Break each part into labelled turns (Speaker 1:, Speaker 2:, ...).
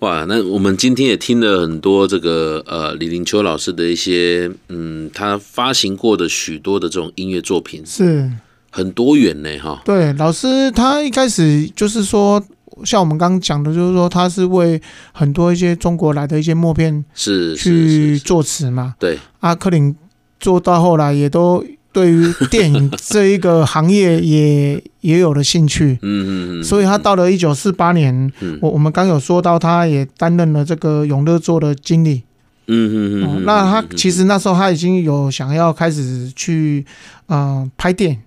Speaker 1: 哇，那我们今天也听了很多这个呃李林秋老师的一些嗯，他发行过的许多的这种音乐作品，
Speaker 2: 是
Speaker 1: 很多元呢哈。
Speaker 2: 对老师他一开始就是说，像我们刚刚讲的，就是说他是为很多一些中国来的一些默片
Speaker 1: 是是是
Speaker 2: 去
Speaker 1: 是，
Speaker 2: 作词嘛。
Speaker 1: 对，
Speaker 2: 阿克林做到后来也都对于电影这一个行业也也有了兴趣，
Speaker 1: 嗯嗯嗯，
Speaker 2: 所以他到了一九四八年，
Speaker 1: 嗯
Speaker 2: 我我们刚有说到，他也担任了这个永乐座的经理。
Speaker 1: 嗯嗯
Speaker 2: 哦
Speaker 1: 嗯，
Speaker 2: 那他
Speaker 1: 嗯
Speaker 2: 其实那时候他已经有想要开始去呃拍电影，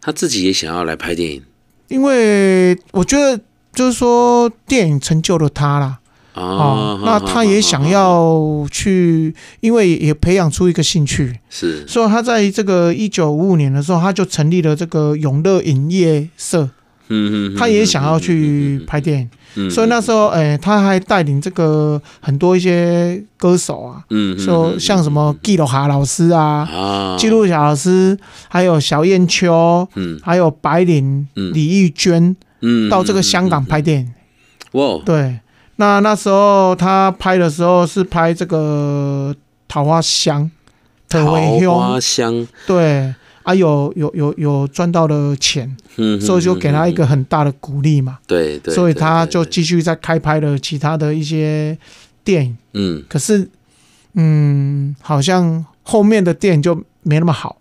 Speaker 1: 他自己也想要来拍电影
Speaker 2: 因为我觉得就是说电影成就了他啦。
Speaker 1: 啊、
Speaker 2: 哦，那
Speaker 1: 哈
Speaker 2: 他也想，
Speaker 1: 哈哈哈
Speaker 2: 要去，因为也培养出一个兴趣。
Speaker 1: 是
Speaker 2: 所以他在这个一九五五年的时候，他就成立了这个永乐影业社，
Speaker 1: 嗯嗯，嗯
Speaker 2: 他也想要去，拍电影，
Speaker 1: 嗯嗯嗯嗯嗯嗯
Speaker 2: 所以那时候，哎、他还带领这个很多一些歌手啊，
Speaker 1: 嗯，嗯
Speaker 2: 说像什么季罗哈老师啊、
Speaker 1: 啊，
Speaker 2: 纪录霞老师，还有小燕秋，
Speaker 1: 嗯
Speaker 2: 还有白灵、
Speaker 1: 嗯
Speaker 2: 李玉娟
Speaker 1: 嗯，
Speaker 2: 到这个香港拍电影。
Speaker 1: 哇哦，
Speaker 2: 对，那那时候他拍的时候是拍这个桃花香。特
Speaker 1: 桃
Speaker 2: 威兄
Speaker 1: 花香，嗯
Speaker 2: 对啊，有有有有赚到了钱，
Speaker 1: 嗯，
Speaker 2: 所以就给他一
Speaker 1: 嗯，嗯嗯
Speaker 2: 个很大的鼓励嘛，
Speaker 1: 嗯对对，
Speaker 2: 所以
Speaker 1: 对
Speaker 2: 他
Speaker 1: 对
Speaker 2: 就
Speaker 1: 对
Speaker 2: 继续在开拍了其他的一些电影。
Speaker 1: 嗯，
Speaker 2: 可是，嗯，好像后面的电影就没那么好，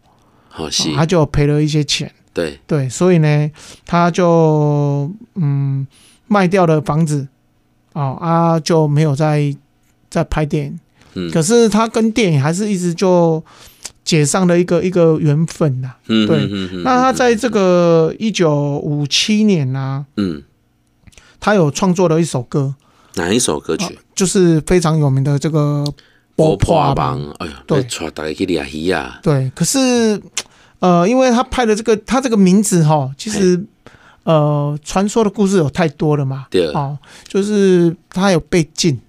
Speaker 1: 好
Speaker 2: 啊
Speaker 1: 戏，
Speaker 2: 他就赔了一些钱。
Speaker 1: 对，
Speaker 2: 对，所以呢，他就嗯卖掉了房子，哦啊就没有再再拍电影。
Speaker 1: 嗯，
Speaker 2: 可是他跟电影还是一直就结上了一个一个缘分呐、
Speaker 1: 嗯
Speaker 2: 对，
Speaker 1: 嗯嗯嗯
Speaker 2: 那他在
Speaker 1: 嗯
Speaker 2: 这个一九五七年呢、
Speaker 1: 嗯
Speaker 2: 他有创作了一首歌，
Speaker 1: 哪一首歌曲？
Speaker 2: 就是非常有名的这个《
Speaker 1: 波
Speaker 2: 破
Speaker 1: 榜
Speaker 2: 哦网》。，
Speaker 1: 哎呀，
Speaker 2: 对
Speaker 1: 对，带大家去抓鱼啊，
Speaker 2: 对，可是呃，因为他拍的这个他这个名字哈，其实
Speaker 1: 哎
Speaker 2: 呃，传说的故事有太多了嘛。
Speaker 1: 对
Speaker 2: 哦，就是他有被禁，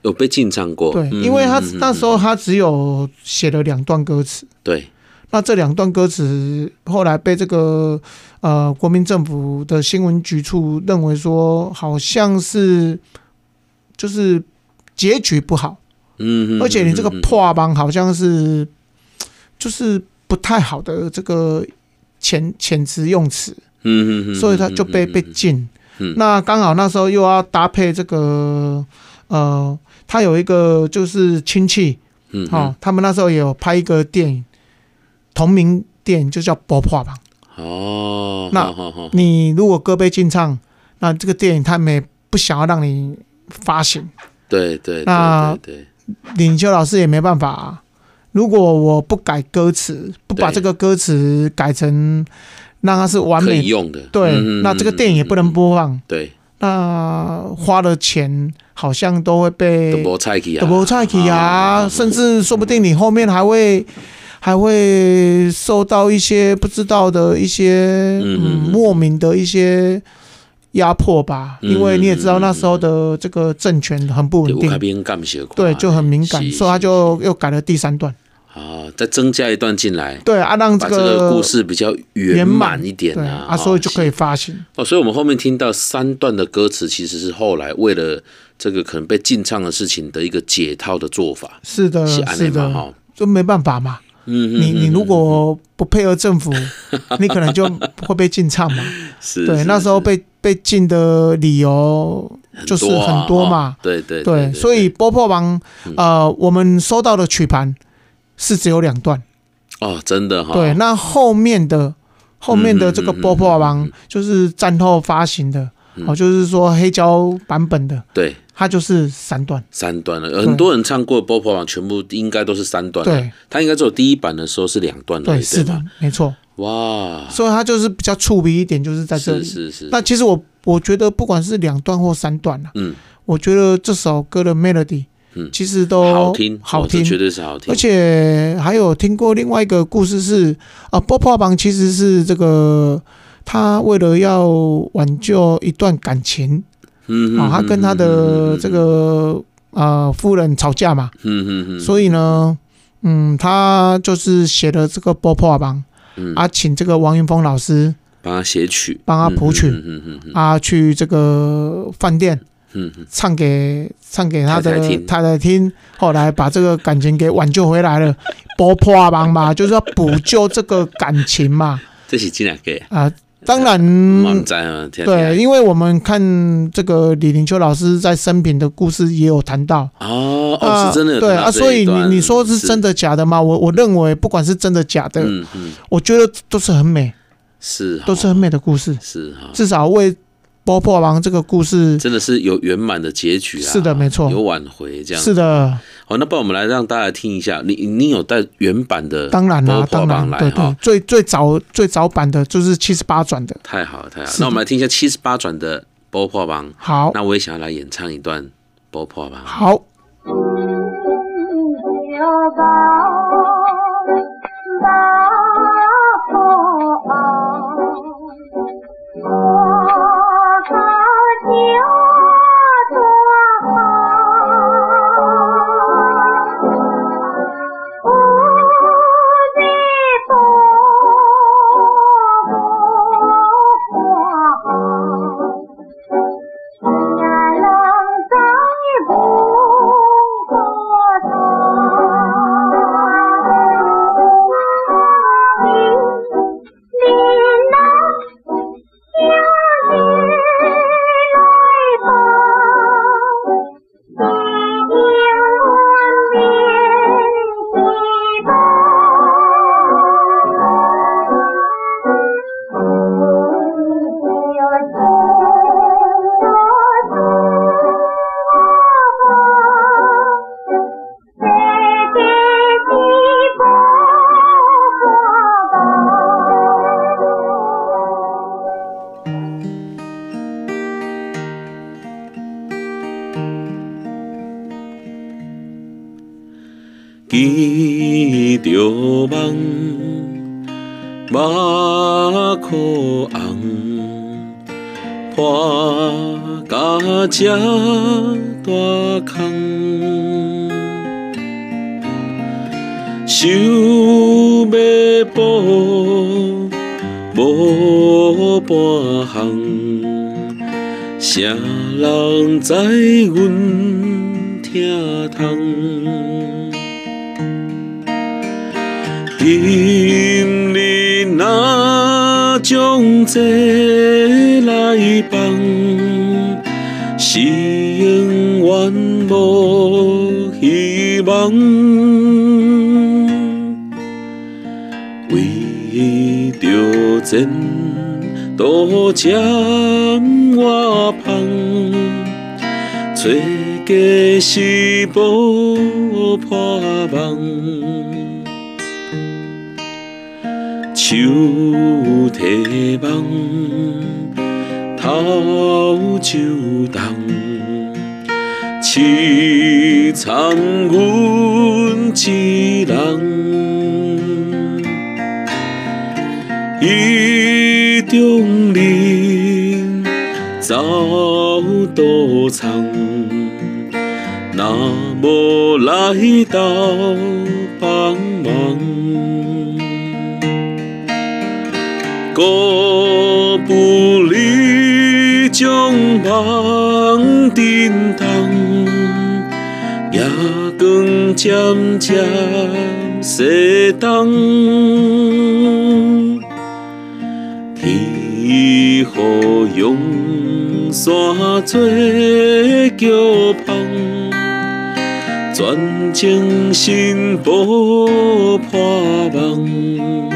Speaker 1: 有被禁唱过，
Speaker 2: 对，
Speaker 1: 嗯
Speaker 2: 因为他
Speaker 1: 嗯嗯
Speaker 2: 那时候他只有写了两段歌词，
Speaker 1: 对，
Speaker 2: 那这两段歌词后来被这个呃国民政府的新闻局处认为说，好像是就是结局不好，
Speaker 1: 嗯，嗯
Speaker 2: 而且你这个
Speaker 1: 嗯嗯嗯
Speaker 2: 破帮好像是就是不太好的这个遣遣词用词，
Speaker 1: 嗯嗯嗯，
Speaker 2: 所以他就被
Speaker 1: 嗯
Speaker 2: 被，禁。
Speaker 1: 嗯
Speaker 2: 那刚好那时候又要搭配这个呃，他有一个就是亲戚，
Speaker 1: 嗯嗯嗯嗯
Speaker 2: 哦，他们那时候也有拍一个电影，同名电影就叫《爆破吧》。
Speaker 1: 哦，
Speaker 2: 那
Speaker 1: 好好好
Speaker 2: 你如果歌被禁唱，那这个电影他们也不想要让你发行，
Speaker 1: 对对，对
Speaker 2: 那
Speaker 1: 对对
Speaker 2: 领袖老师也没办法、啊。如果我不改歌词，不把
Speaker 1: 对
Speaker 2: 这个歌词改成让它是完
Speaker 1: 可以
Speaker 2: 美，
Speaker 1: 用的，
Speaker 2: 对，
Speaker 1: 嗯
Speaker 2: 那这个电影也不能，
Speaker 1: 嗯嗯嗯嗯
Speaker 2: 播放。
Speaker 1: 对，
Speaker 2: 那花了钱好像都会
Speaker 1: 都
Speaker 2: 被
Speaker 1: 无菜去啊，
Speaker 2: 德博菜奇啊，甚至说不定你后面还会还会受到一些不知道的一些
Speaker 1: 嗯
Speaker 2: 嗯
Speaker 1: 嗯
Speaker 2: 莫名的一些压迫吧，
Speaker 1: 嗯
Speaker 2: 因为你也知道那时候的这个政权很不稳
Speaker 1: 有开
Speaker 2: 定，
Speaker 1: 边干些，
Speaker 2: 啊对，就很敏感，
Speaker 1: 是
Speaker 2: 所以他就又改了第三段，
Speaker 1: 啊，再增加一段进来，
Speaker 2: 对啊，让这
Speaker 1: 把这个故
Speaker 2: 个
Speaker 1: 事比较
Speaker 2: 圆
Speaker 1: 圆
Speaker 2: 满
Speaker 1: 满一点
Speaker 2: 对
Speaker 1: 啊，
Speaker 2: 啊，
Speaker 1: 哦
Speaker 2: 所以就可以发行，
Speaker 1: 哦，所以我们后面听到三段的歌词，其实是后来为了这个可能被禁唱的事情的一个解套的做法，
Speaker 2: 是的，
Speaker 1: 是啊安内
Speaker 2: 呃是
Speaker 1: 嘛
Speaker 2: 的，
Speaker 1: 哈。
Speaker 2: 就没办法嘛，
Speaker 1: 嗯哼，
Speaker 2: 你你
Speaker 1: 嗯
Speaker 2: 如果不配合政 府，你可能就会被禁唱嘛。
Speaker 1: 是
Speaker 2: 对，
Speaker 1: 是
Speaker 2: 那时候
Speaker 1: 是
Speaker 2: 被被禁的理由就是
Speaker 1: 啊
Speaker 2: 很多
Speaker 1: 哦
Speaker 2: 嘛，
Speaker 1: 对对嗯
Speaker 2: 对，所以波破王呃，我们收到的曲盘是只有两段，
Speaker 1: 哦，真的哈，
Speaker 2: 对，那后面的后面的这个
Speaker 1: 嗯嗯嗯
Speaker 2: 波破王
Speaker 1: 嗯
Speaker 2: 就是战后发行的，
Speaker 1: 嗯
Speaker 2: 哦，就是说黑胶版本的，
Speaker 1: 对
Speaker 2: 它就是三段，
Speaker 1: 三段了，有很多人唱过《波波王》，全部应该都是三段，，啊
Speaker 2: 对
Speaker 1: 他应该只有第一版的时候是两段啊而已
Speaker 2: 对，是的
Speaker 1: 吗，
Speaker 2: 没错，
Speaker 1: 哇，
Speaker 2: 所以它就是比较触鼻一点，就是在这
Speaker 1: 是
Speaker 2: 里。
Speaker 1: 是是，
Speaker 2: 那其实我我觉得不管是两段或三段啊，
Speaker 1: 嗯，
Speaker 2: 我觉得这首歌的 melody
Speaker 1: 嗯
Speaker 2: 其实都
Speaker 1: 好听，
Speaker 2: 好
Speaker 1: 哦这
Speaker 2: 听，
Speaker 1: 绝对是好听，
Speaker 2: 而且还有听过另外一个故事是啊，波波榜其实是这个他为了要挽救一段感情
Speaker 1: 嗯
Speaker 2: 啊，他跟他的这，个啊夫人吵架嘛，
Speaker 1: 嗯嗯嗯嗯嗯嗯嗯，
Speaker 2: 所以呢，嗯，他就是写了这个波波榜
Speaker 1: 嗯
Speaker 2: 啊，请这个王云峰老师
Speaker 1: 帮他写曲，
Speaker 2: 帮他谱曲
Speaker 1: 嗯嗯嗯嗯嗯嗯
Speaker 2: 啊去这个饭店
Speaker 1: 嗯嗯
Speaker 2: 唱给唱给他的
Speaker 1: 太太听
Speaker 2: 太太听，后来把这个感情给挽救回来了， 波破啊帮嘛，就是要补救这个感情嘛
Speaker 1: 这是真两个，
Speaker 2: 啊、当然，
Speaker 1: 网站啊，听
Speaker 2: 对，
Speaker 1: 听
Speaker 2: 因为我们看这个李林秋老师在生平的故事也有谈到。
Speaker 1: 哦
Speaker 2: 啊
Speaker 1: 哦，是真的有
Speaker 2: 对
Speaker 1: 看到
Speaker 2: 啊，
Speaker 1: 这
Speaker 2: 所
Speaker 1: 一
Speaker 2: 以
Speaker 1: 段
Speaker 2: 你你说是真，的假的吗？我我认为不管是真的假的，
Speaker 1: 嗯嗯，
Speaker 2: 我觉得都是很美，
Speaker 1: 是哈
Speaker 2: 都是很美的故事，
Speaker 1: 是哈，
Speaker 2: 至少为《波破王》这个故事
Speaker 1: 真的是有圆满的结局啊，
Speaker 2: 是的没错
Speaker 1: 有挽回这样，
Speaker 2: 是的，
Speaker 1: 好，那不然我们来让大家听一下，你你有带原版的，
Speaker 2: 当然啦、
Speaker 1: 波破
Speaker 2: 当
Speaker 1: 王
Speaker 2: 然，
Speaker 1: 来
Speaker 2: 对
Speaker 1: 哈
Speaker 2: 对，最最早最早版的就是七十八转的，
Speaker 1: 太好了太好了
Speaker 2: 是，的
Speaker 1: 那我们来听一下七十八转的《波破王》，
Speaker 2: 好，
Speaker 1: 那我也想要来演唱一段《波破王》。
Speaker 2: 好，
Speaker 3: 要抱抱我啊，我好酒多好，无比不我好。只那冷在不过头，你那叫你来吧，你有我面对吧。有情有情有情，谁给你把我抱？
Speaker 1: 记着梦，目眶红，破甲这大空，想要补，无半项。谁人知阮疼痛？今日若将这来放，是永远无希望。为着前途占我芳，找家是无破梦。手提网，头就重，凄惨阮一人。伊中林走多长，若无来到帮忙。哥不离将旁叮当，夜光渐渐西东。天雨用山做桥旁，全情心无破梦。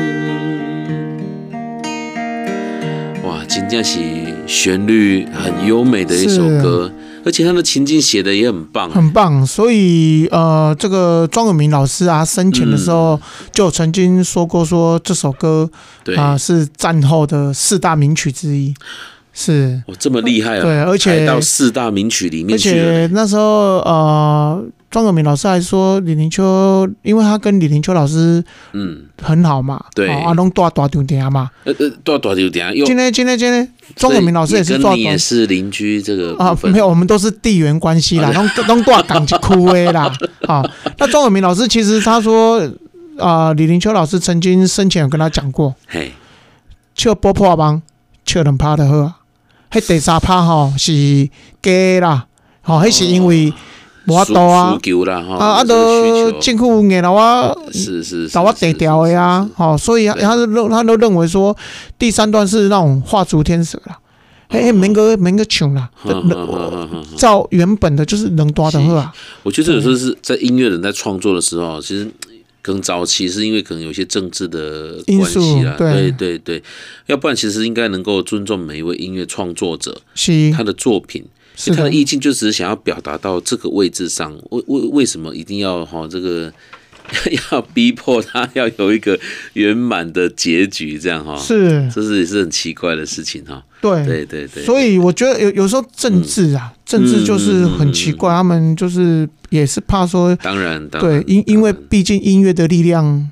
Speaker 1: 哇，金正是旋律很优美的一首歌，而且他的情境写的也很棒。啊
Speaker 2: 很棒。所以呃，这个庄永明老师啊，生前的时候就曾经说过，说这首歌
Speaker 1: 嗯对，
Speaker 2: 啊、是战后的四大名曲之一，是。
Speaker 1: 哇，这么厉害啊！
Speaker 2: 对而且
Speaker 1: 排到四大名曲里面
Speaker 2: 而
Speaker 1: 去了。
Speaker 2: 且那时候，呃，庄永明老师还说李林秋，因为他跟李林秋老师
Speaker 1: 嗯，
Speaker 2: 很好嘛，
Speaker 1: 对
Speaker 2: 哦啊，拢大大场店嘛。
Speaker 1: 呃呃，多少有点又
Speaker 2: 今天今天今天，庄永明老师也是
Speaker 1: 所以
Speaker 2: 大啊
Speaker 1: 你跟你也
Speaker 2: 大
Speaker 1: 是邻居这个
Speaker 2: 啊
Speaker 1: 部，分
Speaker 2: 没有，我们都是地缘关系啦，拢拢大港去哭 诶啦。啊，那庄永明老师其实他说，啊、李林秋老师曾经生前有跟他讲过，
Speaker 1: 嘿，
Speaker 2: 笑波破帮，笑两趴的喝，迄啊第三趴吼是假啦，吼、迄是因
Speaker 1: 哦
Speaker 2: 为无法
Speaker 1: 诉
Speaker 2: 度啊
Speaker 1: 诉，求啦哈，
Speaker 2: 啊啊，
Speaker 1: 这个
Speaker 2: 都
Speaker 1: 需求
Speaker 2: 政府啊硬让我
Speaker 1: 是是是
Speaker 2: 找我低调的啊，吼、所以啊
Speaker 1: 对
Speaker 2: 他都认他都认为说第三段是那种画足天蛇啦，嘿嘿，免个免个抢啦，
Speaker 1: 是是是哦哈哈哈哈哈
Speaker 2: 照原本的就是能多的喝啊，
Speaker 1: 我觉得有时候是在音乐人在创作的时候，其实更早期是因为可能有一些政治的
Speaker 2: 因
Speaker 1: 关
Speaker 2: 素
Speaker 1: 系啦，
Speaker 2: 对
Speaker 1: 对对对，要不然其实应该能够尊重每一位音乐创作者
Speaker 2: 是
Speaker 1: 他的作品。
Speaker 2: 嗯是
Speaker 1: 他
Speaker 2: 的
Speaker 1: 的，意境就只是想要表达到这个位置上，为为为什么一定要哈这个 要逼迫他要有一个圆满的结局这样哈？，
Speaker 2: 是，
Speaker 1: 这是也是很奇怪的事情哈。对对对，
Speaker 2: 所以我觉得有有时候政治啊，政治就是很奇
Speaker 1: 嗯
Speaker 2: 怪，他们就是也是怕说，
Speaker 1: 当然当
Speaker 2: 对
Speaker 1: 然，嗯
Speaker 2: 因因为
Speaker 1: 当然
Speaker 2: 毕竟音乐的力量，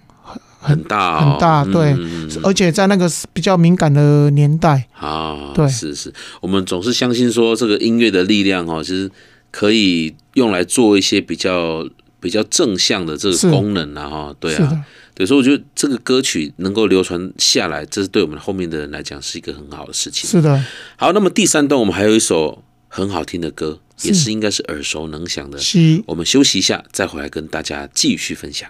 Speaker 1: 很大哦
Speaker 2: 很大对
Speaker 1: 嗯
Speaker 2: 而且在那个比较敏感的年代，
Speaker 1: 啊，
Speaker 2: 对
Speaker 1: 是是，我们总是相信说这个音乐的力量哦，其实可以用来做一些比较比较正向的这个
Speaker 2: 是
Speaker 1: 功能啊，哈，对
Speaker 2: 是
Speaker 1: 啊，
Speaker 2: 的，
Speaker 1: 对，所以我觉得这个歌曲能够流传下来，这是对我们后面的人来讲是一个很好的事情。
Speaker 2: 是的，
Speaker 1: 好，那么第三段我们还有一首很好听的歌，也
Speaker 2: 是
Speaker 1: 是应该是耳熟能详的，
Speaker 2: 是。
Speaker 1: 我们休息一下，再回来跟大家继续分享。